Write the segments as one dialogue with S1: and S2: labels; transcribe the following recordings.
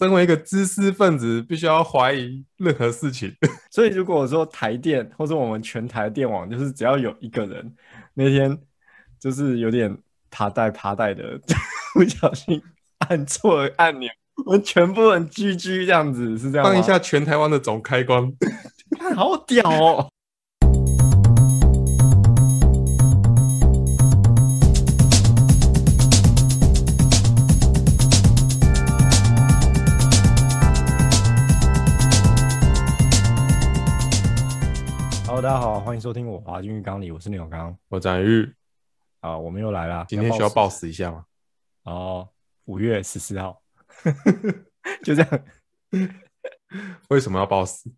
S1: 身为一个知识分子，必须要怀疑任何事情。
S2: 所以如果说台电或者我们全台电网，就是只要有一个人那天就是有点爬带爬带的， 不小心按错了按钮，我们全部人 GG 这样子，是这样吗
S1: 放一，下全台湾的总开关，
S2: 看 好屌哦！Hello，大家好，欢迎收听我华军浴缸里，我是牛刚
S1: 我展玉
S2: 啊，我们又来啦。
S1: 今天需要报时一下吗？
S2: 哦，五月十四号， 就这样
S1: 为什么要报时？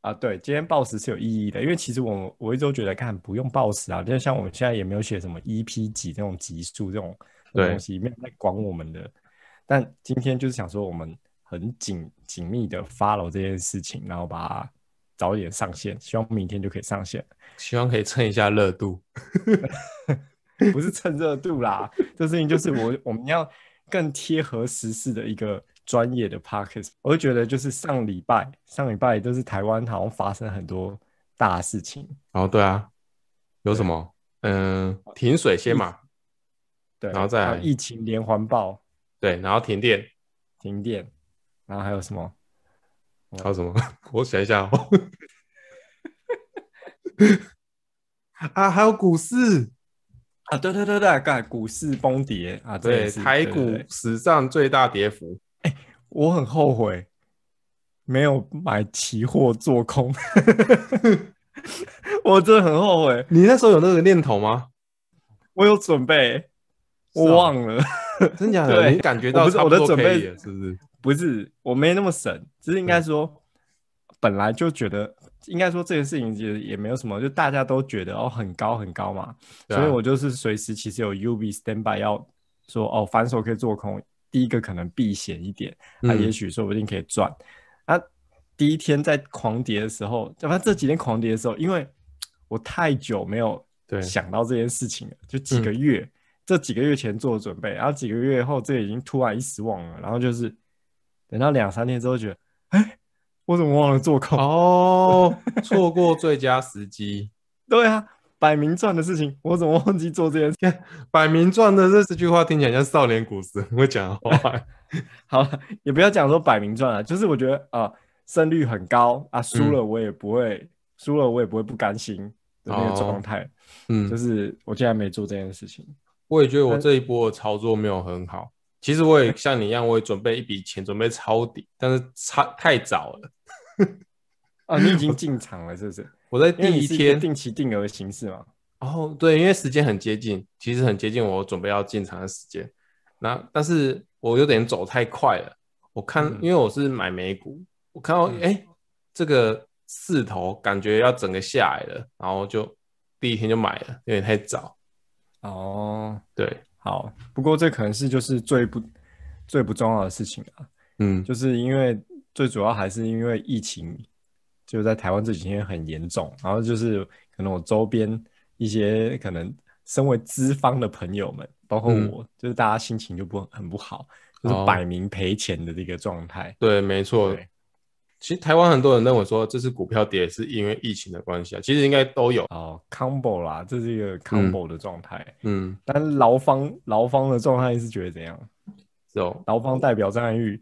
S2: 啊。对，今天报时是有意义的，因为其实我我一直都觉得，看不用报时啊，就像我们现在也没有写什么 EP 几这种集数这种这种
S1: 对
S2: 东西，没有在管我们的。但今天就是想说，我们很紧紧密的 follow 这件事情，然后把它早一点上线，希望明天就可以上线。
S1: 希望可以蹭一下热度。
S2: 不是趁热度啦，这事情就是我我们要更贴合时事的一个专业的 podcast。我就觉得就是上礼拜上礼拜就是台湾好像发生很多大事情，
S1: 然后对啊，有什么？嗯、停水先嘛，
S2: 对，
S1: 然后再来
S2: 还有疫情连环爆、
S1: 对，然后停电，
S2: 停电，然后还有什么？
S1: 还有什么？ 我想一下哦。 啊，还有股市，
S2: 啊，对对对对，干股市崩跌啊，这也
S1: 对，
S2: 是
S1: 台
S2: 对
S1: 股
S2: 对对
S1: 史上最大跌幅。
S2: 我很后悔没有买期货做空， 我真的很后悔，
S1: 你那时候有那个念头吗？
S2: 我有准备，
S1: 是
S2: 我
S1: 哦
S2: 忘了。
S1: 真假的？
S2: 对
S1: 你感觉
S2: 我
S1: 到
S2: 不是
S1: 差不
S2: 我的
S1: 多
S2: 准
S1: 可以
S2: 备
S1: 了，是不是？
S2: 不是，我没那么神，只是应该说，本来就觉得，应该说这个事情其实也没有什么，就大家都觉得哦很高很高嘛，
S1: 对啊
S2: 所以我就是随时其实有 UV standby 要说哦反手可以做空，第一个可能避险一点，那、
S1: 嗯
S2: 也许说不定可以赚。那、第一天在狂跌的时候，反正这几天狂跌的时候，因为我太久没有
S1: 对嗯
S2: 想到这件事情了，就几个月，这几个月前做的准备，然后几个月后，这已经突然一时忘了，然后就是等到两三天之后，觉得，哎，我怎么忘了做空？
S1: 哦，错过最佳时机，
S2: 对啊，摆明赚的事情，我怎么忘记做这件事？
S1: 摆明赚的这这句话听起来像少年股神 会讲的话。
S2: 好了，也不要讲说摆明赚了，就是我觉得啊、胜率很高啊，输
S1: 嗯
S2: 了我也不会，输了我也不会不甘心的那个状态，就
S1: 哦嗯，
S2: 是我竟然没做这件 事情。
S1: 我也觉
S2: 嗯
S1: 得我这一波的操作没有很好。其实我也像你一样，我也准备一笔钱准备抄底，但是差太早了。
S2: 啊，你已经进场了，是不是？
S1: 我在
S2: 因为
S1: 第
S2: 你
S1: 一
S2: 是一个
S1: 天，
S2: 定期定额形式嘛。
S1: 哦，对，因为时间很接近，其实很接近我准备要进场的时间。那但是我有点走太快了。我看，
S2: 嗯
S1: 因为我是买美股，我看到哎、
S2: 嗯
S1: 诶这个势头感觉要整个下来了，然后就第一天就买了，有点太早。
S2: 哦，
S1: 对，
S2: 好，不过这可能是就是最不最不重要的事情啊，
S1: 嗯，
S2: 就是因为最主要还是因为疫情，就在台湾这几天很严重，然后就是可能我周边一些可能身为资方的朋友们，包括
S1: 嗯
S2: 我，就是大家心情就不很不好，就是
S1: 哦
S2: 摆明赔钱的这个状态。
S1: 对，没错
S2: 对。
S1: 其实台湾很多人认为说这次股票跌是因为疫情的关系啊，其实应该都有。
S2: 哦，combo 啦，这是一个 combo 的状态。
S1: 嗯，
S2: 但劳方劳方的状态是觉得怎样？
S1: 是哦。
S2: 劳方代表张安玉，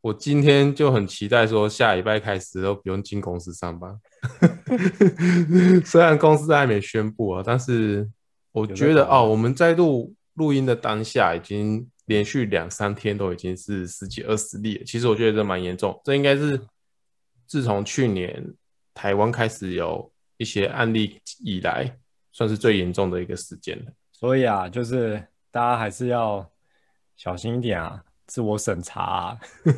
S1: 我今天就很期待说下礼拜开始都不用进公司上班， 虽然公司还没宣布啊，但是我觉
S2: 有在
S1: 得
S2: 讨论
S1: 哦，我们在录录音的当下已经连续两三天都已经是十几二十例了，其实我觉得这蛮严重，这应该是自从去年台湾开始有一些案例以来，算是最严重的一个事件了。
S2: 所以啊，就是大家还是要小心一点啊，自我审查啊、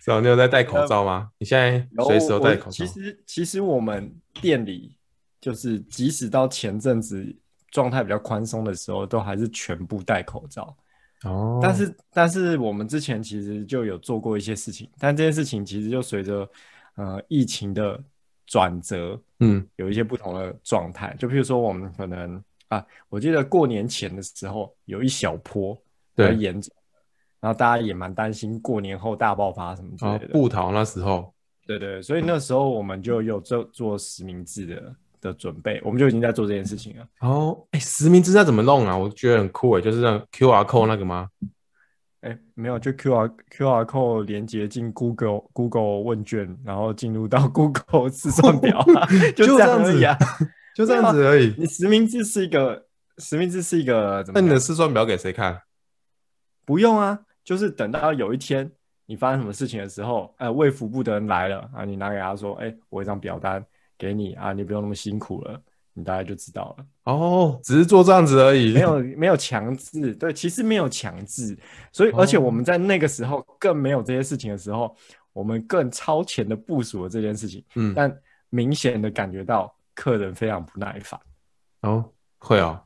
S1: 是啊，你有在戴口罩吗？你现在随时都戴口罩
S2: 其？实其实我们店里就是，即使到前阵子状态比较宽松的时候，都还是全部戴口罩。
S1: 哦
S2: 但是但是我们之前其实就有做过一些事情，但这件事情其实就随着呃疫情的转折，
S1: 嗯
S2: 有一些不同的状态。就譬如说，我们可能啊，我记得过年前的时候有一小波比较
S1: 对
S2: 严重，然后大家也蛮担心过年后大爆发什么之
S1: 然后
S2: 类的。
S1: 哦布桃那时候，
S2: 对对，所以那时候我们就有做做实名制的的准备，我们就已经在做这件事情了。
S1: 然后哎，实名制要怎么弄啊？我觉得很酷哎，就是让 QR code 那个吗？
S2: 哎，没有，就 Q R Q R code 连接进 Google Google 问卷，然后进入到 Google 试算表啊，
S1: 就
S2: 这
S1: 这样
S2: 而
S1: 子
S2: 已啊。
S1: 就这样子而已。
S2: 你实名制是一个实名制是一个怎
S1: 那
S2: 么
S1: 你
S2: 讲？
S1: 的试算表给谁看？
S2: 不用啊，就是等到有一天你发生什么事情的时候，呃，卫福部的人来了啊，你拿给他说，哎、我有一张表单给你啊，你不用那么辛苦了，你大概就知道了。
S1: 哦，只是做这样子而已。
S2: 没有没有强制，对，其实没有强制，所以
S1: 哦
S2: 而且我们在那个时候更没有这些事情的时候，我们更超前的部署了这件事情，
S1: 嗯，
S2: 但明显的感觉到客人非常不耐烦。
S1: 哦，会哦，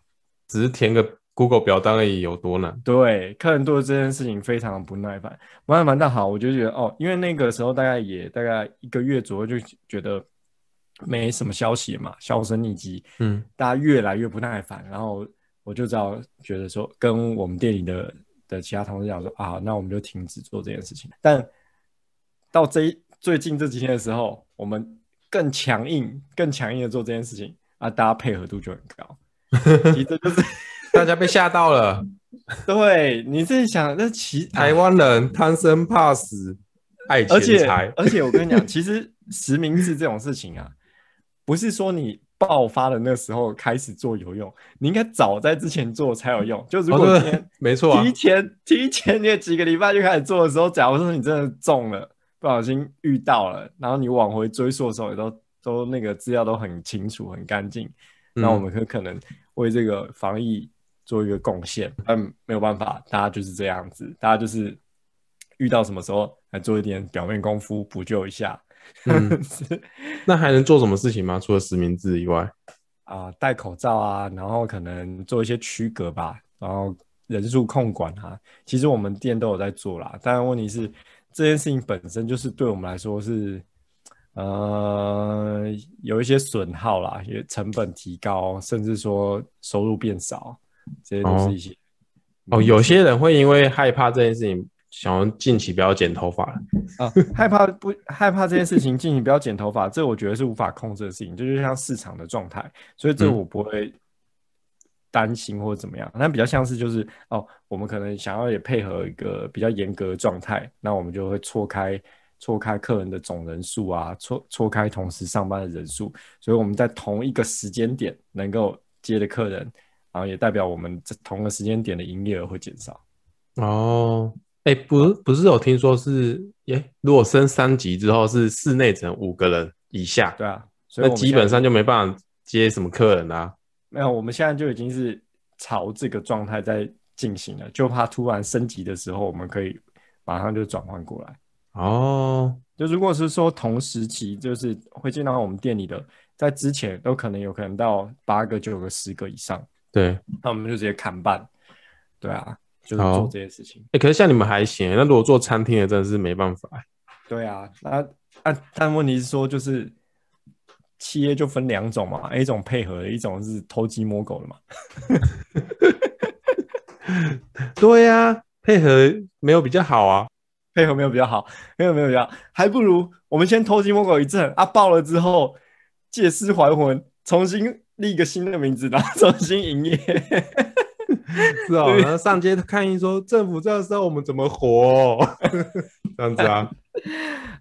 S1: 只是填个 Google 表单而已，有多难？
S2: 对，客人对这件事情非常的不耐烦，不耐烦到好，我就觉得哦，因为那个时候大概也大概一个月左右，就觉得没什么消息嘛，销声匿迹，
S1: 嗯，
S2: 大家越来越不耐烦，然后我就只好觉得说，跟我们店里的的其他同事讲说啊，那我们就停止做这件事情。但到这一最近这几天的时候，我们更强硬、更强硬的做这件事情啊，大家配合度就很 高。其实这就是
S1: 大家被吓到 了，
S2: 对你自己想，那其啊
S1: 台湾人贪生怕死，爱钱
S2: 而且。
S1: 财
S2: 而且我跟你讲，其实实名制这种事情啊，不是说你爆发的那时候开始做有用，你应该早在之前做才有用。就如
S1: 哦
S2: 果
S1: 对
S2: 今天
S1: 没错啊
S2: 提，前提前那几个礼拜就开始做的时候，假如说你真的中了，不小心遇到了，然后你往回追溯的时候，也都都那个资料都很清楚、很干净，
S1: 嗯
S2: 那我们可可能为这个防疫做一个贡献。嗯，没有办法，大家就是这样子，大家就是遇到什么时候来做一点表面功夫，补救一下。
S1: 嗯，那还能做什么事情吗？除了实名制以外，
S2: 啊、戴口罩啊，然后可能做一些区隔吧，然后人数控管啊，其实我们店都有在做啦。但问题是，这件事情本身就是对我们来说是，呃，有一些损耗啦，也成本提高，甚至说收入变少，这些都是一些。
S1: 哦，有些人会因为害怕这件事情，想要近期不要剪头发了。
S2: 啊，害怕不害怕这件事情进行不要剪头发，这我觉得是无法控制的事情，这就像市场的状态，所以这
S1: 嗯
S2: 我不会担心或者怎么样，那比较像是就是哦，我们可能想要也配合一个比较严格的状态，那我们就会错开错开客人的总人数啊，错错开同时上班的人数，所以我们在同一个时间点能够接的客人，然后也代表我们在同个时间点的营业额会减少。
S1: 哦，哎，不，不是有听说是，耶，如果升三级之后是室内只能五个人以下，
S2: 对啊，所以
S1: 那
S2: 我们
S1: 基
S2: 现在
S1: 本上就没办法接什么客人啦、啊
S2: 没有，我们现在就已经是朝这个状态在进行了，就怕突然升级的时候，我们可以马上就转换过来。
S1: 哦，
S2: 就如果是说同时期，就是会进到我们店里的，在之前都可能有可能到八个、九个、十个以上，
S1: 对，
S2: 那我们就直接砍半。对啊，就是
S1: 好
S2: 做这些事情。
S1: 哎，可是像你们还行，那如果做餐厅的真的是没办法。
S2: 对啊，那啊，但问题是说，就是企业就分两种嘛，一种配合的，一种是偷鸡摸狗的嘛。
S1: 对呀、配合没有比较好啊。
S2: 配 合没有比较好，没有没有比较好，还不如我们先偷鸡摸狗一阵啊，爆了之后借尸还魂，重新立个新的名字，然后重新营业。
S1: 是哦，
S2: 对
S1: 然后上街抗议说政府这样时候我们怎么活、哦 这样子啊？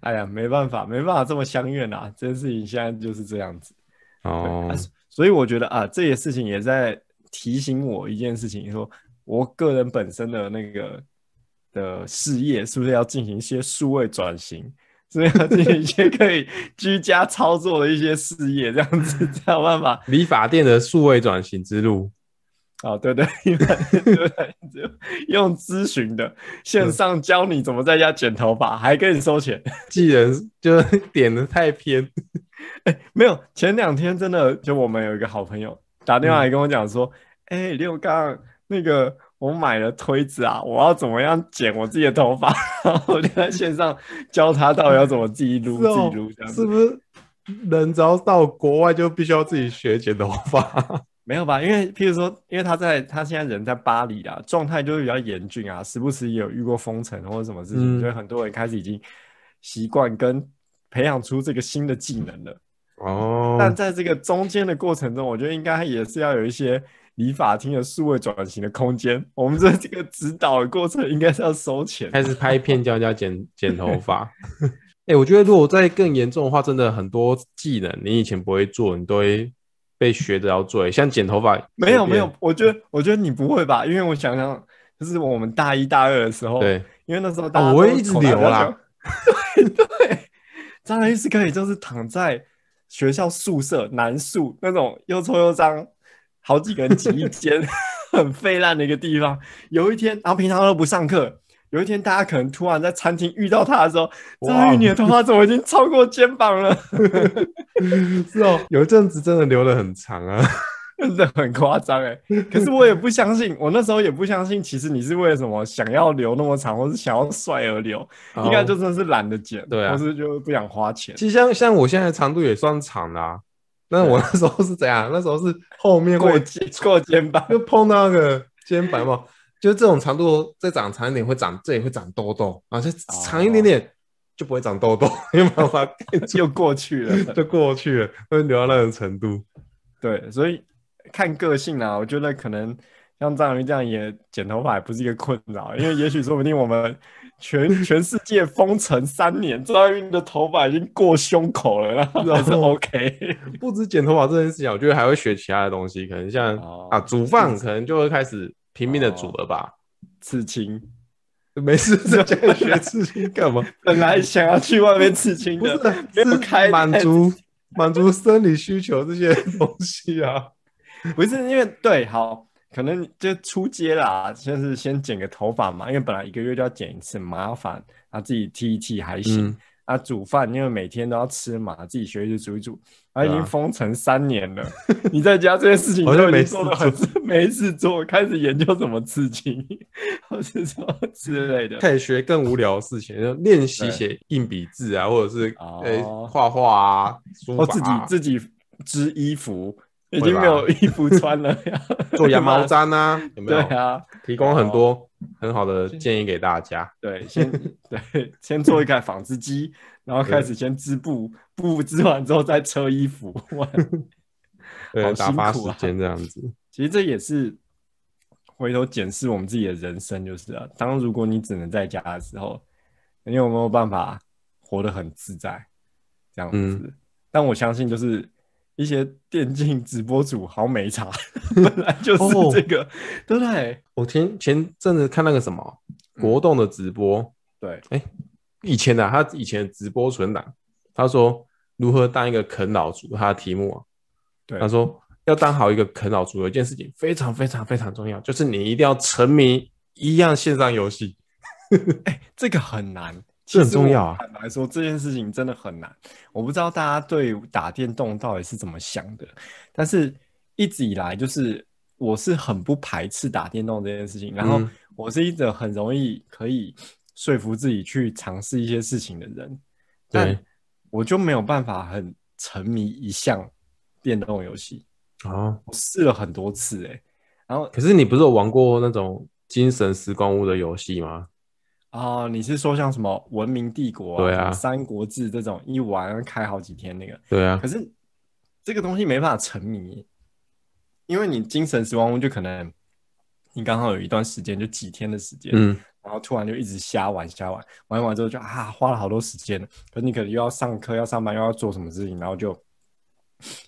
S2: 哎呀，没办法，没办法这么相怨啊，这件事情现在就是这样子。对
S1: 哦
S2: 啊，所以我觉得啊，这些事情也在提醒我一件事情，说我个人本身的那个的事业是不是要进行一些数位转型，是不是要进行一些可以居家操作的一些事业，这样子才有办法
S1: 理发店的数位转型之路，
S2: 啊、对 对，一般对对，用咨询的
S1: 嗯
S2: 线上教你怎么在家剪头发，还跟你收钱。
S1: 既然就是点的太偏，
S2: 没有，前两天真的就我们有一个好朋友打电
S1: 嗯
S2: 话来跟我讲说，哎、六刚那个我买了推子啊，我要怎么样剪我自己的头发？ 然后我就在线上教他到底要怎么自己撸、
S1: 是哦
S2: 自己撸这样
S1: 是
S2: 子。
S1: 不是？人只要到国外就必须要自己学剪头发，
S2: 没有吧？因为譬如说，因为他在他现在人在巴黎啊，状态就是比较严峻啊，时不时也有遇过封城或者什么事情，
S1: 嗯
S2: 所以很多人开始已经习惯跟培养出这个新的技能了。
S1: 哦，
S2: 但在这个中间的过程中，我觉得应该也是要有一些理发厅的数位转型的空间。我们这这个指导的过程应该是要收钱的，
S1: 开始拍片教人家剪剪头发。 哎、我觉得如果再更严重的话，真的很多技能你以前不会做，你都会被学着要做。像剪 头发，
S2: 没有没
S1: 随
S2: 有，我觉得我觉得你不会吧？因为我想想，就是我们大一大二的时候，，
S1: 便，
S2: 因为那时候大家
S1: 哦
S2: 都
S1: 我会一直
S2: 口袋比
S1: 留
S2: 较
S1: 啦
S2: 小， 对对，张兰医师可以就是躺在学校宿舍南宿那种又臭又脏，好几个人挤 一间很废烂的一个地方。有一天，然后平常都不上课，有一天大家可能突然在餐厅遇到他的时候，
S1: 哇
S2: 张兰你的头发怎么已经超过肩膀了？
S1: 对， 是哦，有一阵子真的留的很长啊。
S2: 真的很夸张哎！可是我也不相信，我那时候也不相信，其实你是为了什么想要留那么长，或是想要帅而留， 应该就真的是懒得剪，
S1: 对啊
S2: 或是就不想花钱。
S1: 哦其实像像我现在的长度也算长啦、那我那时候是怎样？那时候是后面
S2: 过
S1: 会
S2: 肩过肩膀，
S1: 就碰到那个肩膀嘛，就这种长度再长长一点会长，这里会长痘痘，然后再长一点点、
S2: 哦
S1: 就不会长痘痘， 因为把它盖住
S2: 又过去了。
S1: 就过去了， 会留到那种程度。
S2: 对，所以看个性啊，我觉得可能像章鱼这样也剪头发也不是一个困扰，因为也许说不定我们全全世界封城三年，章鱼的头发已经过胸口了，然 后还是 OK。
S1: 不止剪头发这件事情啊，我觉得还会学其他的东西，可能像、
S2: 哦
S1: 啊煮饭，可能就会开始拼命的煮了吧。
S2: 刺青，哦
S1: 没事，在家里学刺青干 嘛？
S2: 本来想要去外面刺青
S1: 不是
S2: 的，
S1: 啊，
S2: 没有
S1: 是
S2: 开
S1: 满足满足生理需求这些东西啊。
S2: 不是因为对，好，可能就出街啦，就是先剪个头发嘛，因为本来一个月就要剪一次，麻烦啊，自己剃一剃还行。
S1: 嗯，
S2: 啊，煮饭因为每天都要吃嘛，自己学一学煮一煮，啊，
S1: 对啊
S2: 已经封城三年了，你在家这件事 情
S1: 好像
S2: 都已
S1: 没
S2: 经
S1: 事
S2: 做的很 没事做，开始研究怎么刺青， 或是什么之类的。
S1: 开始学更无聊的事情，就练习
S2: 对
S1: 写硬笔字啊，或者是
S2: 哦
S1: 呃画画啊、书
S2: 我
S1: 法
S2: 哦自己
S1: 啊、
S2: 自己织衣服，已
S1: 会
S2: 经没
S1: 吧，
S2: 有衣服穿了呀
S1: 做羊 毛。毡啊，有没
S2: 对
S1: 有？
S2: 啊，
S1: 提供很多很好的建议给大家。
S2: 对，先 对，先做一个纺织机，然后开
S1: 对
S2: 始先织布，布织完之后再车衣服。哇，
S1: 对，
S2: 好
S1: 打
S2: 辛
S1: 发时
S2: 苦啊
S1: 间这样子。
S2: 其实这也是回头检视我们自己的人生，就是啊，当如果你只能在家的时候，你有没有办法活得很自在？这样子，
S1: 嗯
S2: 但我相信就是一些电竞直播主好美茶， 本来就是
S1: 哦
S2: 这个，对不对？
S1: 我前前阵子看那个什么
S2: 嗯
S1: 国栋的直播，哎
S2: 对，
S1: 以前的、啊、他以前的直播存档，他说如何当一个啃老族，他的题目啊，
S2: 对
S1: 他说要当好一个啃老族，有一件事情非常非常非常重要，就是你一定要沉迷一样线上游戏。
S2: 这个很难，
S1: 这很
S2: 其实我
S1: 重要啊
S2: 坦白说，这件事情真的很难。我不知道大家对打电动到底是怎么想的，但是一直以来就是我是很不排斥打电动这件事情，然后
S1: 嗯
S2: 我是一个很容易可以说服自己去尝试一些事情的人，
S1: 对
S2: 但，我就没有办法很沉迷一项电动游戏。
S1: 哦，
S2: 我试了很多次、欸，然后
S1: 可是你不是有玩过那种精神时光屋的游戏吗？
S2: 哦，你是说像什么《文明帝国》
S1: 对
S2: 什么
S1: 啊
S2: 三国志》这种一玩开好几天那个？
S1: 对啊
S2: 可，是这个东西没办法沉迷，因为你精神时光屋就可能你刚好有一段时间，就几天的时间，
S1: 嗯，
S2: 然后突然就一直瞎玩瞎玩，玩完之后就啊花了好多时间，可是你可能又要上课、要上班、又要做什么事情，然后就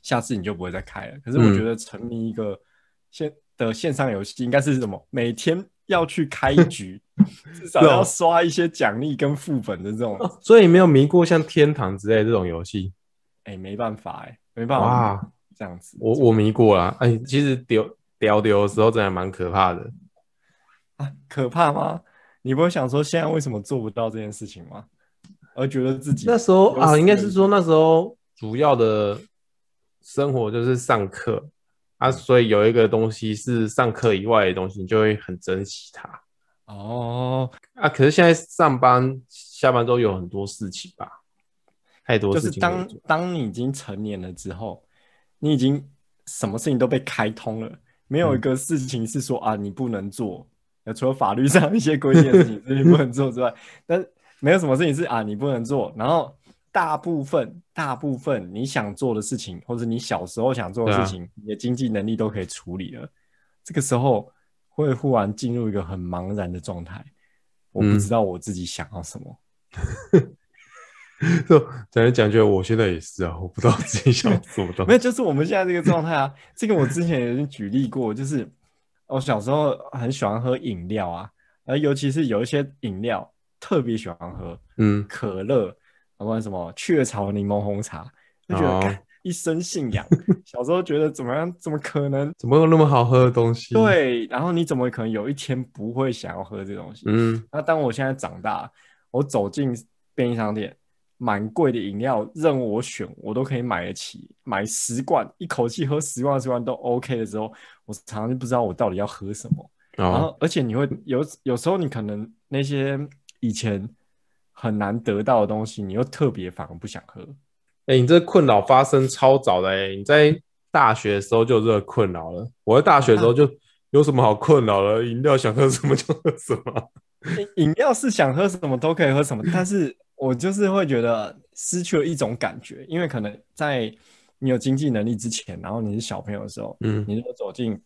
S2: 下次你就不会再开了。可是我
S1: 嗯
S2: 觉得沉迷一个线的线上游戏应该是什么？每天要去开一局， 至少
S1: 对哦
S2: 要刷一些奖励跟副本的这种。
S1: 哦所以没有迷过像天堂之类这种游戏。
S2: 哎、没办法哎、没办法
S1: 哇，
S2: 这样子。
S1: 我我迷过啦。哎，其实丢丢丢的时候真的蛮可怕的。
S2: 啊，可怕吗？你不会想说现在为什么做不到这件事情吗？而觉得自己
S1: 那时候
S2: 有
S1: 啊，
S2: 死
S1: 应该
S2: 人
S1: 是说那时候主要的生活就是上课啊，所以有一个东西是上课以外的东西，你就会很珍惜它
S2: 哦，
S1: 啊。可是现在上班下班都有很多事情吧，太多
S2: 就
S1: 事
S2: 是
S1: 情可以
S2: 当
S1: 做
S2: 当你已经成年了之后，你已经什么事情都被开通了，没有一个事情是说、啊你不能做，呃除了法律上一些规定的事情是你不能做之外， 但没有什么事情是啊你不能做。然后大部分大部分你想做的事情，或者你小时候想做的
S1: 对
S2: 事
S1: 啊
S2: 情，你的经济能力都可以处理了。这个时候会忽然进入一个很茫然的状态，我不
S1: 嗯
S2: 知道我自己想要什么。
S1: 就讲来讲去，我现在也是啊，我不知道自己想什么 东 西。
S2: 没有，就是我们现在这个状态啊。 这个我之前也经举例过，就是我小时候很喜欢喝饮料啊，然后尤其是有一些饮料特别喜欢喝，
S1: 嗯，
S2: 可乐，然后什么雀巢柠檬红茶，就觉得、
S1: 哦
S2: 干一生信仰。小时候觉得怎么样，怎么可能？
S1: 怎么有那么好喝的东西？，
S2: 对，然后你怎么可能有一天不会想要喝这东西？
S1: 嗯，
S2: 那当我现在长大，我走进便利商店，蛮贵的饮料任我选，我都可以买得起，买十罐，一口气喝十罐、十罐都 OK 的时候，我常常就不知道我到底要喝什么。然
S1: 哦，
S2: 后，而且你会有有时候你可能那些以前很难得到的东西，你又特别反而不想喝。
S1: 哎、你这困扰发生超早的哎、你在大学的时候就有这个困扰了。我在大学的时候就有什么好困扰了？饮料想喝什么就喝什么。
S2: 饮饮料是想喝什么都可以喝什么，但是我就是会觉得失去了一种感觉，因为可能在你有经济能力之前，然后你是小朋友的时候，
S1: 嗯，
S2: 你如果走进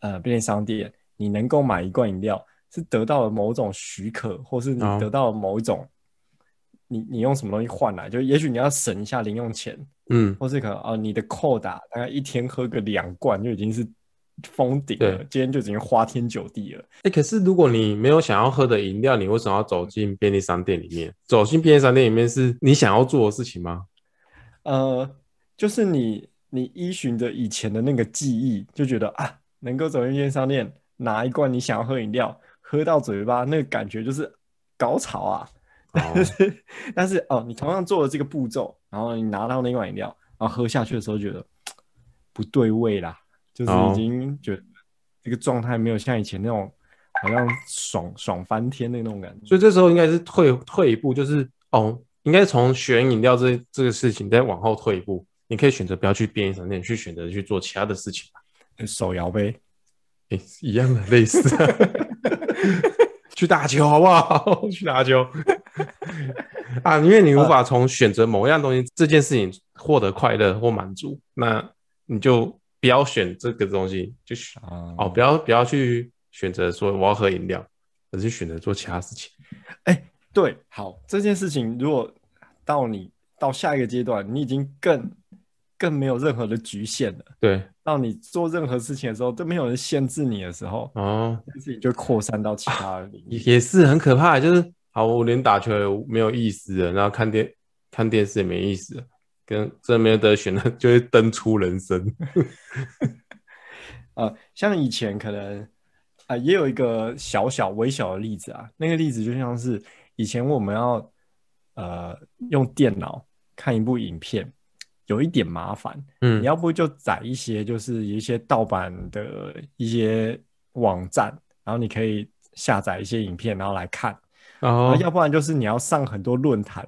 S2: 呃便利商店，你能够买一罐饮料，是得到了某种许可，或是你
S1: 哦
S2: 得到了某一种，你你用什么东西换来？就也许你要省一下零用钱，
S1: 嗯，
S2: 或是可能哦、你的扣打大概一天喝个两罐就已经是封顶了
S1: 对，
S2: 今天就已经花天酒地了。
S1: 哎、可是如果你没有想要喝的饮料，你为什么要走进便利商店里面？走进便利商店里面是你想要做的事情吗？
S2: 呃，就是你你依循着以前的那个记忆，就觉得啊，能够走进便利商店拿一罐你想要喝饮料，喝到嘴巴那个感觉就是高潮啊。
S1: 哦，
S2: 但是哦，你同样做了这个步骤，然后你拿到那一碗饮料，然后喝下去的时候觉得嘖不对味啦，就是
S1: 哦
S2: 已经觉得这个状态没有像以前那种好像爽爽翻天的那种感觉。
S1: 所以这时候应该是退退一步，就是哦，应该从选饮料这这个事情再往后退一步，你可以选择不要去便利商店，去选择去做其他的事情吧。
S2: 手摇杯，
S1: 诶，一样的， 类似。去打球好不好？ 去打球啊！因为你无法从选择某样东西这件事情获得快乐或满足，那你就不要选这个东西，就选
S2: 啊
S1: 哦，不要不要去选择说我要喝饮料，而是选择做其他事情。
S2: 对，好，这件事情如果到你到下一个阶段，你已经更更没有任何的局限了。
S1: 对，
S2: 到你做任何事情的时候，都没有人限制你的时候，
S1: 哦，
S2: 这件事情就扩散到其他的领域。
S1: 也也是很可怕的，就是好，我连打球也没有意思了，然后看电看电视也没意思了，跟真的没有得选了，就会登出人 生。
S2: 呃，像以前可能啊、呃也有一个小小微小的例子啊，那个例子就像是以前我们要呃用电脑看一部影片，有一点麻烦，
S1: 嗯
S2: 你要不就载一些就是一些盗版的一些网站，然后你可以下载一些影片然后来看，
S1: 然
S2: 然
S1: 后
S2: 后要不然就是你要上很多论坛。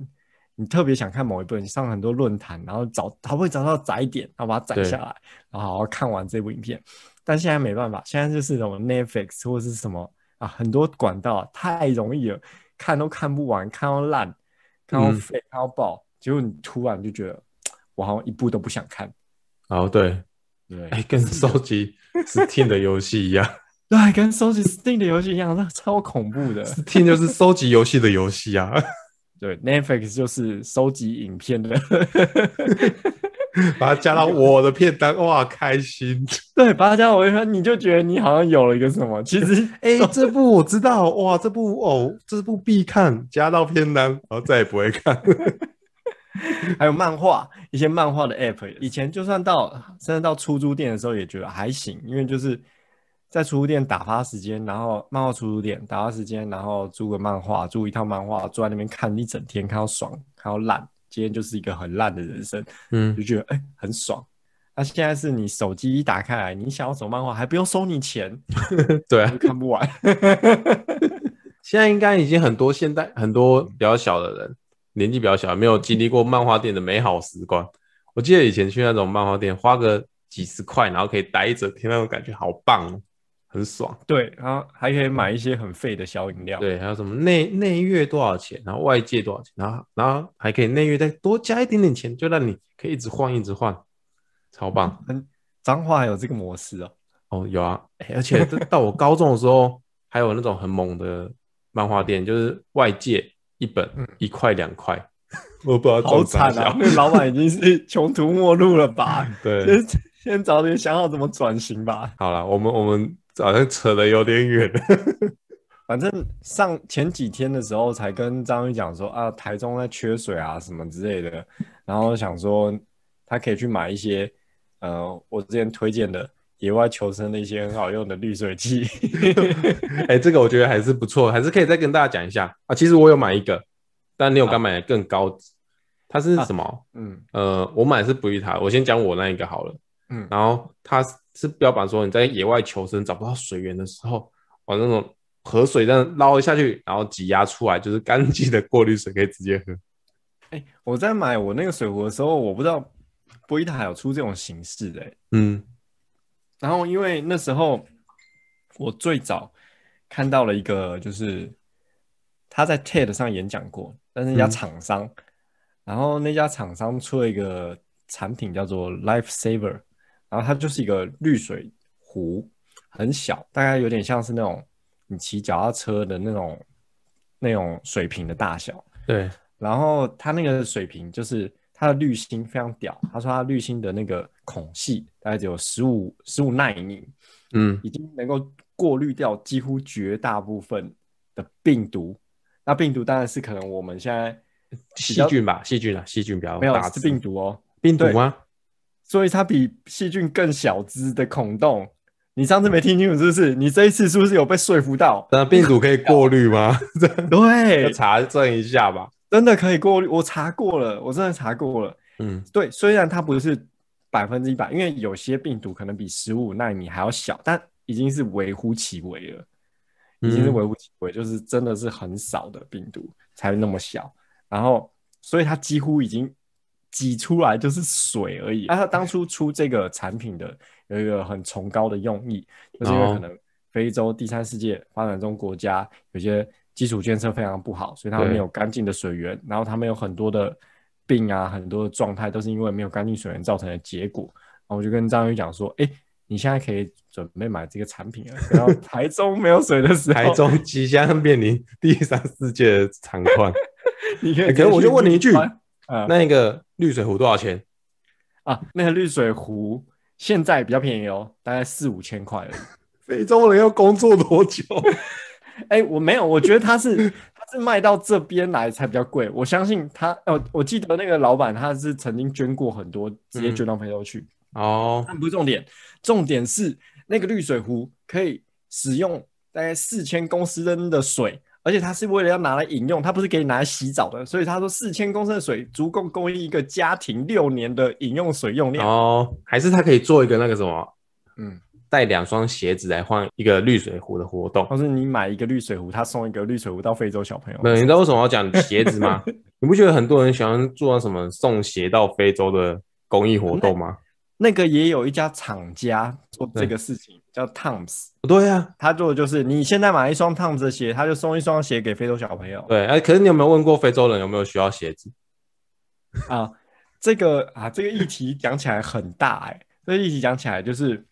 S2: 你特别想看某一部，你上很多论坛，然后找好不容易找到载点，然后把它载
S1: 对
S2: 下来，然后好好看完这部影片。但现在没办法，现在就是什么 Netflix 或是什么啊，很多管道啊太容易了，看都看不完，看到烂，看到
S1: 嗯
S2: 废，看到爆，结果你突然就觉得，我好像一部都不想看。
S1: 哦对，
S2: 对
S1: 哎、跟收集 Steam 的游戏一样
S2: 对，啊跟收集 Steam 的游戏一样，那超恐怖 的。
S1: ，Steam 就是收集游戏的游戏啊，
S2: 对，Netflix 就是收集影片的
S1: 把它加到我的片单，哇，开心！
S2: 对，把它加我就说，你就觉得你好像有了一个什么，其实
S1: 哎、这部我知道，哇，这部哦，这部必看，加到片单，然后再也不会看。
S2: 还有漫画，一些漫画的 app，以前就算到甚至到出租店的时候也觉得还行，因为就是在出租店打发时间，然后漫画出租店打发时间，然后租个漫画，租一套漫画，坐在那边看一整天，看到爽，看到烂，今天就是一个很烂的人生，
S1: 嗯
S2: 就，觉得哎、很爽。那、现在是你手机一打开来，你想要什么漫画还不用收你钱，
S1: 对啊
S2: 就。看不完。
S1: 现在应该已经很多现代很多比较小的人，年纪比较小，没有经历过漫画店的美好时光。我记得以前去那种漫画店，花个几十块，然后可以待一整天，那种感觉好棒哦，很爽。
S2: 对，然后还可以买一些很废的小饮料。
S1: 对，还有什么内内月多少钱，然后外界多少钱，然后然后还可以内月再多加一点点钱，就让你可以一直换一直换，超棒
S2: 彰化还有这个模式哦，
S1: 哦！有啊，哎而且这到我高中的时候，还有那种很猛的漫画店，就是外界一本
S2: 嗯
S1: 一块两 块，我不知道
S2: 好
S1: 中啥
S2: 惨啊
S1: 小！
S2: 那个老板已经是穷途末路了 吧？
S1: 对，
S2: 先先早点想好怎么转型吧。
S1: 好了，我们我们好像扯的有点远 了。
S2: 反正上前几天的时候才跟张宇讲说啊，台中在缺水啊什么之类的，然后想说他可以去买一些呃我之前推荐的野外求生的一些很好用的滤水器。
S1: 哎、这个我觉得还是不错，还是可以再跟大家讲一下啊。其实我有买一个，但你有刚买的更高级，它是什么？
S2: 嗯
S1: 呃，我买的是不育塔，我先讲我那一个好了。
S2: 嗯，
S1: 然后它是是标榜说你在野外求生找不到水源的时候，往那种河水这样捞下去，然后挤压出来就是干净的过滤水，可以直接喝。
S2: 哎、我在买我那个水壶的时候，我不知道波伊塔有出这种形式的、欸。
S1: 嗯，
S2: 然后因为那时候我最早看到了一个，就是他在 TED 上演讲过，但是一家
S1: 嗯
S2: 厂商，然后那家厂商出了一个产品叫做 Life Saver，然后它就是一个滤水壶，很小，大概有点像是那种你骑脚踏车的那种那种水瓶的大小。
S1: 嗯对，
S2: 然后它那个水平就是它的滤芯非常屌，他说它滤芯的那个孔隙大概只有十五十五纳米，
S1: 嗯，
S2: 已经能够过滤掉几乎绝大部分的病毒。那病毒当然是可能我们现在
S1: 细菌吧，细菌啊，细菌比较
S2: 没有
S1: 大
S2: 是
S1: 只
S2: 病毒哦，
S1: 病毒
S2: 对
S1: 吗？
S2: 所以它比细菌更小只的孔洞。你上次没听清楚是不是？你这一次是不是有被说服到？
S1: 那病毒可以过滤 吗？要
S2: 对，
S1: 查证一下吧。
S2: 真的可以过滤，我查过了，我真的查过了。
S1: 嗯，
S2: 对，虽然它不是百分之一百，因为有些病毒可能比十五纳米还要小，但已经是微乎其微了，已经是
S1: 嗯
S2: 微乎其微，就是真的是很少的病毒才那么小。然后，所以它几乎已经挤出来就是水而已。那、啊它当初出这个产品的有一个很崇高的用意，就是因为
S1: 哦
S2: 可能非洲第三世界发展中国家有些基础建设非常不好，所以他们
S1: 对
S2: 没有干净的水源，然后他们有很多的病啊，很多的状态都是因为没有干净水源造成的结果。然后我就跟张宇讲说，哎、你现在可以准备买这个产品了。然后台中没有水的时候，
S1: 台中即将面临第三世界的惨 况。
S2: 你可以
S1: 欸可
S2: 直接去台湾、
S1: 是我就问你一句
S2: 啊
S1: 那个滤水壶多少钱？
S2: 啊，那个绿水壶现在比较便宜哦，大概四五千块而已。
S1: 非洲人要工作多久？
S2: 哎、我没有，我觉得他是他是卖到这边来才比较贵。我相信他，呃，我记得那个老板他是曾经捐过很多，直接捐到非洲去。
S1: 哦，
S2: 但不是重点，重点是那个滤水壶可以使用大概四千公升的水，而且它是为了要拿来饮用，它不是给你拿来洗澡的。所以他说四千公升的水足够供应一个家庭六年的饮用水用量。
S1: 哦，还是他可以做一个那个什么，
S2: 嗯，
S1: 带两双鞋子来换一个滤水壶的活动。
S2: 或是你买一个滤水壶，他送一个滤水壶到非洲小朋友。
S1: 没有，你知道为什么要讲鞋子 吗？你不觉得很多人喜欢做那什么送鞋到非洲的公益活动吗？
S2: 那个也有一家厂家做这个事情，叫 Toms，
S1: 对啊，
S2: 他做的就是你现在买一双 Toms 的鞋，他就送一双鞋给非洲小朋友
S1: 对，哎、可是你有没有问过非洲人有没有需要鞋子？
S2: 啊。这个啊，这个议题讲起来很大哎、这个议题讲起来就是，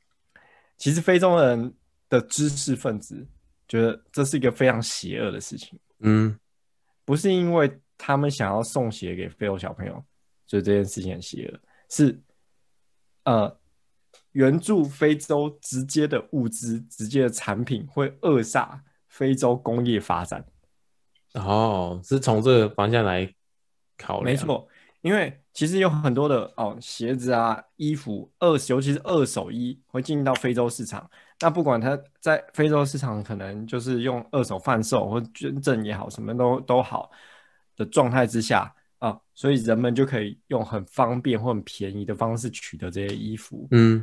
S2: 其实非洲人的知识分子觉得这是一个非常邪恶的事情，
S1: 嗯，
S2: 不是因为他们想要送鞋给非洲小朋友，所以这件事情很邪恶，是呃，援助非洲直接的物资、直接的产品会扼杀非洲工业发展。
S1: 哦，是从这个方向来考量。
S2: 没，错，因为其实有很多的哦鞋子啊、衣服、二尤其是二手衣会进到非洲市场。那不管它在非洲市场可能就是用二手贩售或捐赠也好，什么都都好的状态之下啊、所以人们就可以用很方便或很便宜的方式取得这些衣服，
S1: 嗯，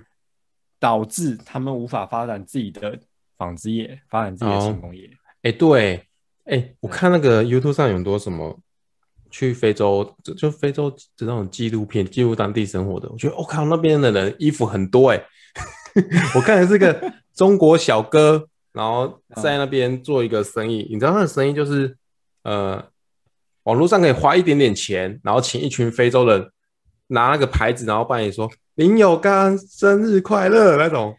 S2: 导致他们无法发展自己的纺织业，发展自己的
S1: 哦
S2: 轻工业。
S1: 哎、对，哎、我看那个 YouTube 上有很多什么去非洲，就就非洲的那种纪录片，记录当地生活的，我觉得我、哦靠，那边的人衣服很多哎、 我看的是个中国小哥，然后在那边做一个生意，你知道他的生意就是呃，网络上可以花一点点钱，然后请一群非洲人拿那个牌子，然后扮演说林有刚生日快乐那种，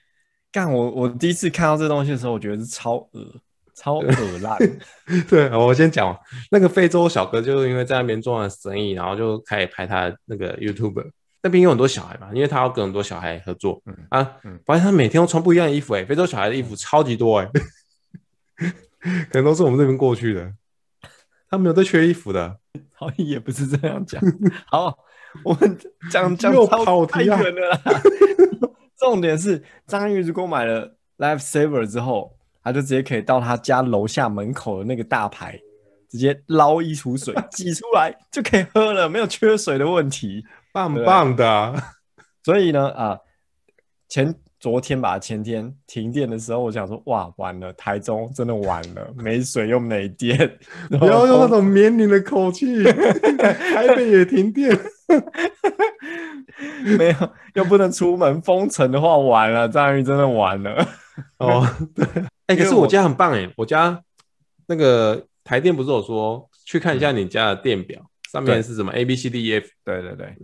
S2: 干我我第一次看到这东西的时候，我觉得是超恶超恶烂，
S1: 对，我先讲完，那个非洲小哥就是因为在那边做了生意，然后就开始拍他的那个 YouTube。那边有很多小孩嘛，因为他要跟很多小孩合作、
S2: 嗯
S1: 啊
S2: 嗯，
S1: 发现他每天都穿不一样的衣服、欸，哎，非洲小孩的衣服超级多、欸，哎，可能都是我们这边过去的，他们有在缺衣服的，
S2: 好像也不是这样讲。 好，我们讲 讲
S1: 又
S2: 超
S1: 跑
S2: 太
S1: 题啊
S2: 远了啦。 重点是章鱼如果买了 Life Saver 之后，他就直接可以到他家楼下门口的那个大牌，直接捞一壶 水挤出来就可以喝了，没有缺水的问题。
S1: 棒棒的 啊，
S2: 所以呢，啊、前昨天吧，前天停电的时候，我想说，哇，完了，台中真的完了，没水又没 电，
S1: 不要用那种 绵绵的口 气，台北也停电，
S2: 没有，又不能出门，封城的话完了，章鱼真的完了。
S1: 哦，对，哎、
S2: 因为
S1: 可是我
S2: 我
S1: 家很棒哎、我家那个台电不是有说去看一下你家的电表，上面
S2: 对
S1: 是什么 A B C D E F，
S2: 对对对，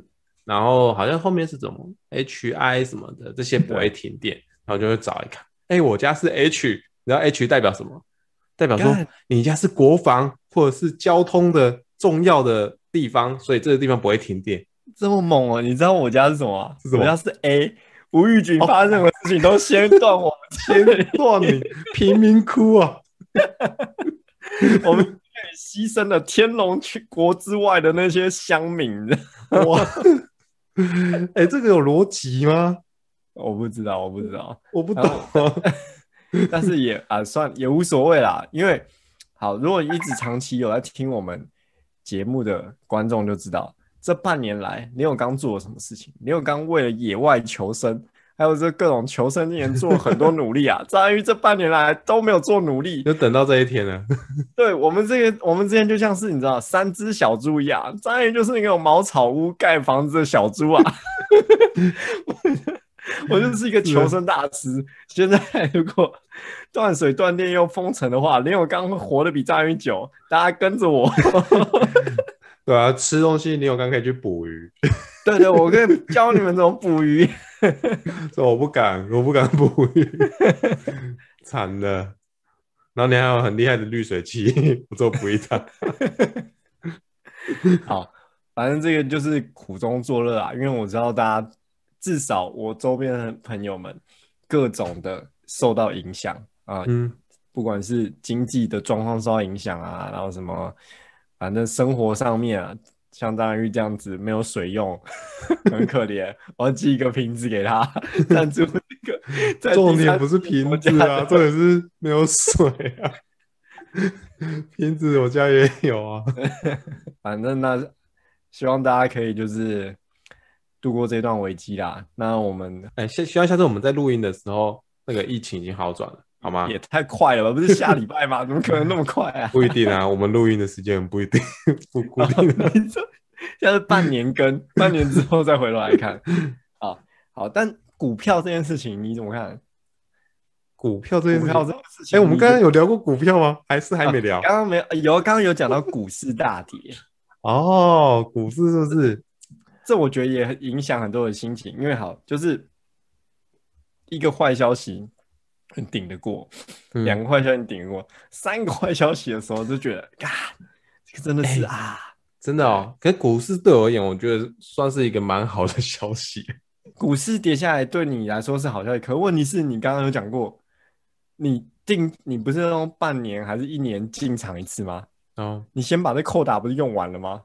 S1: 然后好像后面是怎么 H I 什么的，这些不会停电，然后就会找一看，哎、我家是 H，你知道 H 代表什么？代表说
S2: 干
S1: 你家是国防或者是交通的重要的地方，所以这个地方不会停电。
S2: 这么猛哦！你知道我家是什么、啊？
S1: 是什么哦
S2: 我家是 A。吴玉军发生什么事情都先断我们这里，
S1: 哇， 你贫民窟啊！
S2: 我们牺牲了天龙去国之外的那些乡民。
S1: 哇，哎、这个有逻辑吗？
S2: 我不知道，我不知道，
S1: 我不懂啊。
S2: 但是也啊，算也无所谓啦。因为好，如果一直长期有在听我们节目的观众就知道，这半年来林永刚做了什么事情。林永刚为了野外求生，还有这各种求生技能做了很多努力啊。章鱼这半年来都没有做努力，
S1: 就等到这一天了。
S2: 对我们这个，我们之前就像是你知道，三只小猪一样，章鱼就是那种茅草屋盖房子的小猪啊。 我就是一个求生大师。现在如果断水断电又封城的话，连我刚会活得比章鱼久。大家跟着我，
S1: 对啊，吃东西你有刚可以去捕鱼，
S2: 对对，我可以教你们怎么捕鱼。
S1: 这我不敢，我不敢捕 鱼，惨了。然后你还有很厉害的滤水器，我做不一趟。
S2: 好，反正这个就是苦中作乐啊，因为我知道大家，至少我周边的朋友们，各种的受到影响啊、
S1: 嗯，
S2: 不管是经济的状况受到影响啊，然后什么，反正生活上面啊，像章鱼这样子没有水用， 很可怜。我要寄一个瓶子给他，赞助那个。在第
S1: 重点
S2: 三
S1: 不是
S2: 世界国
S1: 瓶子啊，
S2: 家的
S1: 重点是没有水啊。瓶子我家也有啊。
S2: 反正那希望大家可以就是度过这段危机啦。那我们
S1: 哎，下希望下次我们在录音的时候，那个疫情已经好转了，好吗？
S2: 也太快了吧？不是下礼拜吗？怎么可能那么快啊？
S1: 不一定啊，我们录音的时间不一定 不固定的。
S2: 你这 现在是半年更，半年之后再回头来看。啊，好，但股票这件事情你怎么看？
S1: 股票这件
S2: 股
S1: 事
S2: 票
S1: 情，
S2: 这件事情，
S1: 哎，我们刚刚
S2: 有
S1: 有聊过股票吗？还是还没聊？
S2: 刚刚没有有刚刚有讲到股市大跌，
S1: 哦，股市是不是？
S2: 这我觉得也很影响很多人心情，因为好就是一个坏消息很顶得过，
S1: 嗯
S2: 两个坏消息顶得过，三个坏消息的时候就觉得，啊，这个真的
S1: 哎
S2: 是啊，
S1: 真的哦，可是股市对我而言，我觉得算是一个蛮好的 消息。
S2: 股市跌下来对你来说是好消息，可问题是你刚刚有讲过，你定你不是要用半年还是一年进场一次吗？
S1: 哦，
S2: 你先把这扣打不是用完了吗？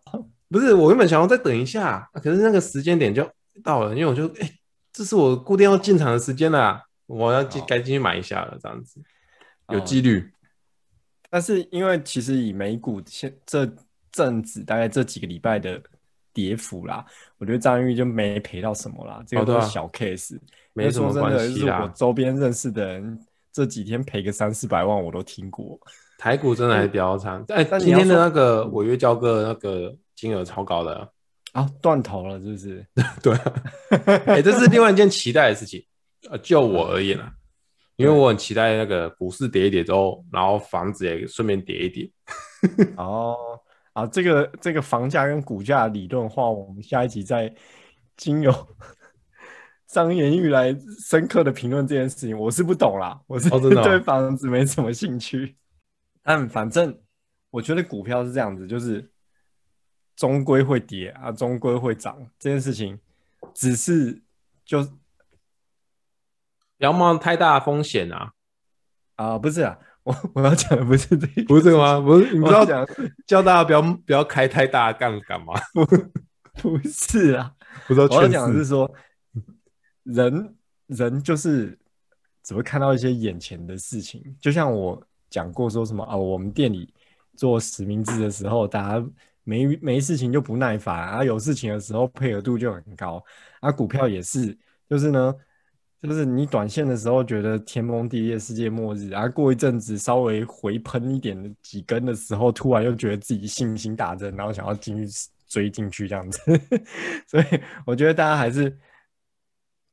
S1: 不是，我原本想要再等一下，啊可是那个时间点就到了，因为我就哎、这是我固定要进场的时间啦，我要进
S2: 哦
S1: 该进去买一下了，这样子有
S2: 哦
S1: 几率。
S2: 但是因为其实以美股现这阵子大概这几个礼拜的跌幅啦，我觉得张玉就没赔到什么啦，这
S1: 哦
S2: 个
S1: 对啊
S2: 都是小 case。
S1: 没什么
S2: 因为说
S1: 关
S2: 真的，
S1: 系
S2: 就是我
S1: 啦。
S2: 周边认识的人这几天赔个三四百万我都听过。
S1: 台股真的还比较惨，哎、
S2: 但你
S1: 今天
S2: 要
S1: 的
S2: 说
S1: 那个违约交割那个金额超高的。
S2: 啊，断头了是不是？
S1: 对、啊，哎、这是另外一件期待的事情。呃，就我而言啊，因为我很期待那个股市跌一跌之后，然后房子也顺便跌一跌。
S2: 哦，啊，这个这个房价跟股价理论化，我们下一集再经由 张延玉来深刻的评论这件事情，我是不懂啦，我是、
S1: 哦真的哦
S2: 对房子没什么兴趣。但反正我觉得股票是这样子，就是终归会跌啊，终归会涨这件事情，只是就
S1: 不要冒太大的风险啊！
S2: 啊、不是啊，我我要讲的不是这个，
S1: 不是吗？不是，你
S2: 我
S1: 不要
S2: 要讲的
S1: 叫大家不要不要开太大的杠杆嘛？
S2: 不是 啊，
S1: 不知道
S2: 我要
S1: 劝
S2: 讲的是
S1: 世
S2: 说，人人就是只会看到一些眼前的事情，就像我讲过说什么啊，我们店里做实名制的时候，大家没没事情就不耐烦啊，有事情的时候配合度就很高啊，股票也是，就是呢。就是你短线的时候觉得天崩地裂、世界末日，然、后过一阵子稍微回喷一点几根的时候，突然又觉得自己信心大增，然后想要进去追进去这样子。 所以我觉得大家还是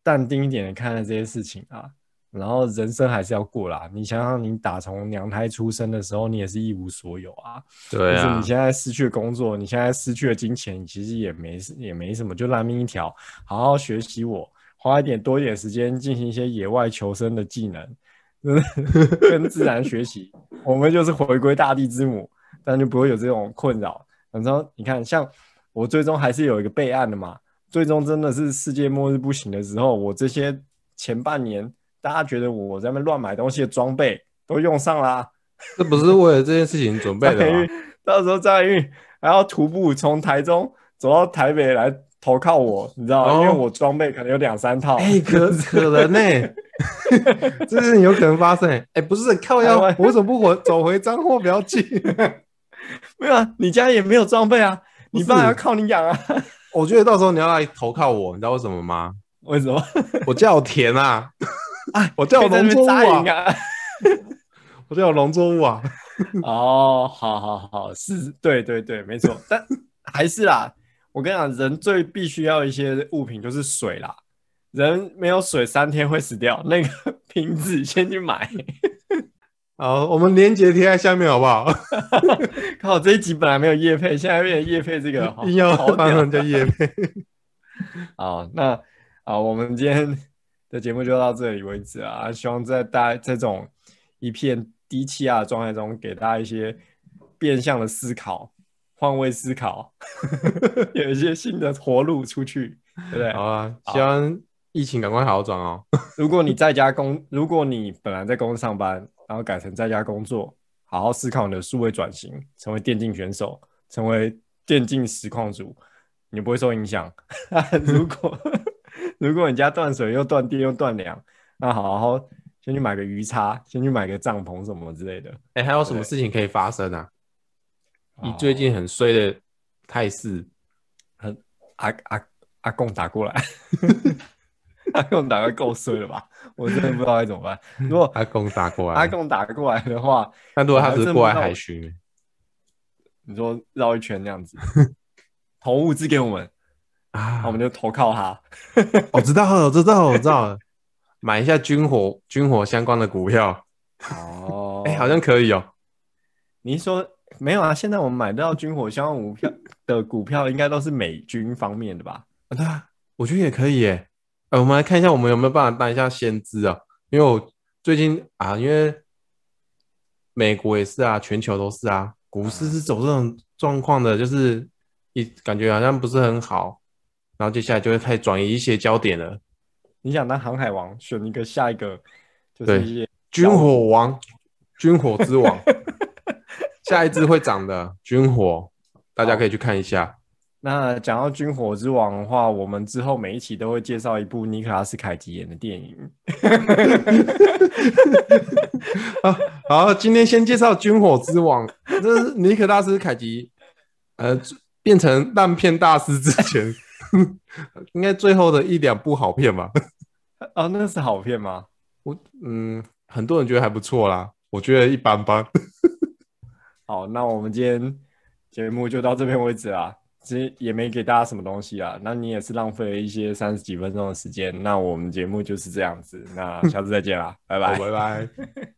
S2: 淡定一点的看待这些事情啊。然后人生还是要过啦，你想想，你打从娘胎出生的时候，你也是一无所有啊。
S1: 对
S2: 就是
S1: 啊
S2: 你，现在失去了工作，你现在失去了金钱，你其实也没也没什么，就烂命一条。好好学习我，花一点多一点时间进行一些野外求生的技能，真的 跟自然学习，我们就是回归大地之母，但就不会有这种困扰。然后你看，像我最终还是有一个备案的嘛，最终真的是世界末日不行的时候，我这些前半年大家觉得我在那边乱买东西的装备都用上啦、
S1: 这不是为了这件事情准备的
S2: 张
S1: 吗
S2: 云？到时候张云还要徒步从台中走到台北来投靠我，你知道吗？
S1: 哦
S2: 因为我装备可能有两三套。
S1: 哎、可可能呢、 这是有可能发生、欸。哎、不是靠腰
S2: 台湾，
S1: 我为什么不回走回彰化比较近？
S2: 没有啊，你家也没有装备啊，
S1: 不
S2: 你
S1: 是
S2: 爸还要靠你养啊？
S1: 我觉得到时候你要来投靠我， 你知道为什么吗？
S2: 为什么？
S1: 我家有田 啊，我家
S2: 可
S1: 有
S2: 以在那
S1: 农
S2: 边
S1: 作物
S2: 扎营
S1: 啊，
S2: 啊？
S1: 我家有农作物啊。
S2: 哦，好好好，是，对对对，没错。但还是啦，我跟你讲，人最必须要一些物品就是水啦。人没有水三天会死掉，那个瓶子先去买。
S1: 好，我们链接贴在下面好不好？
S2: 靠，这一集本来没有叶配，现在变成叶配这个了，好
S1: 硬要
S2: 好
S1: 帮
S2: 屌
S1: 人家夜配。
S2: 好，那啊，我们今天的节目就到这里为止啊。希望在大这种一片低气压的状态中，给大家一些变相的思考、换位思考， 有一些新的活路出去，对不对
S1: 好？啊，希望疫情赶快好转哦。
S2: 如果你在家工，如果你本来在公司上班，然后改成在家工作，好好思考你的数位转型，成为电竞选手，成为电竞实况主，你不会受影响。 如果 如果你家断水又断电又断粮，那好好先去买个鱼叉，先去买个帐篷什么之类的。
S1: 哎、还有什么事情可以发生啊？你最近很衰的态势，
S2: 哦阿阿阿贡打过来， 阿贡打的够衰了吧？我真的不知道该怎么办。如果
S1: 阿公打过来。
S2: 阿贡打过来的话，
S1: 但如果他只是过来
S2: 我还
S1: 海
S2: 真
S1: 巡呢，
S2: 你说绕一圈那样 子，投物资给我们，
S1: 啊
S2: 那我们就投靠他。
S1: 我知道了，我知道了，我知道了，买一下军火、军火相关的股票，
S2: 哦
S1: 哎、好像可以哦。
S2: 你是说没有啊？现在我们买到军火相关股票的股票，应该都是美军方面的吧？
S1: 啊对啊，我觉得也可以耶。哎、我们来看一下，我们有没有办法当一下先知啊？因为我最近啊，因为美国也是啊，全球都是啊，股市是走这种状况的，就是一感觉好像不是很好，然后接下来就会开始转移一些焦点了。
S2: 你想当航海王，选一个下一个就
S1: 对
S2: 是一些
S1: 军火王，军火之王，下一支会涨的军火，大家可以去看一下。
S2: 那讲到军火之王的话，我们之后每一期都会介绍一部尼克拉斯凯奇演的电影。
S1: 好，今天先介绍军火之王，这是尼可拉斯凯奇，呃，变成烂片大师之前，应该最后的一两部好片吧。
S2: 哦，那是好片吗？
S1: 我嗯，很多人觉得还不错啦，我觉得一般般。
S2: 好，那我们今天节目就到这边为止啦。其实也没给大家什么东西啊，那你也是浪费了一些 三十几分钟的时间。那我们节目就是这样子，那下次再见啦，拜
S1: 好
S2: 拜。
S1: 拜拜。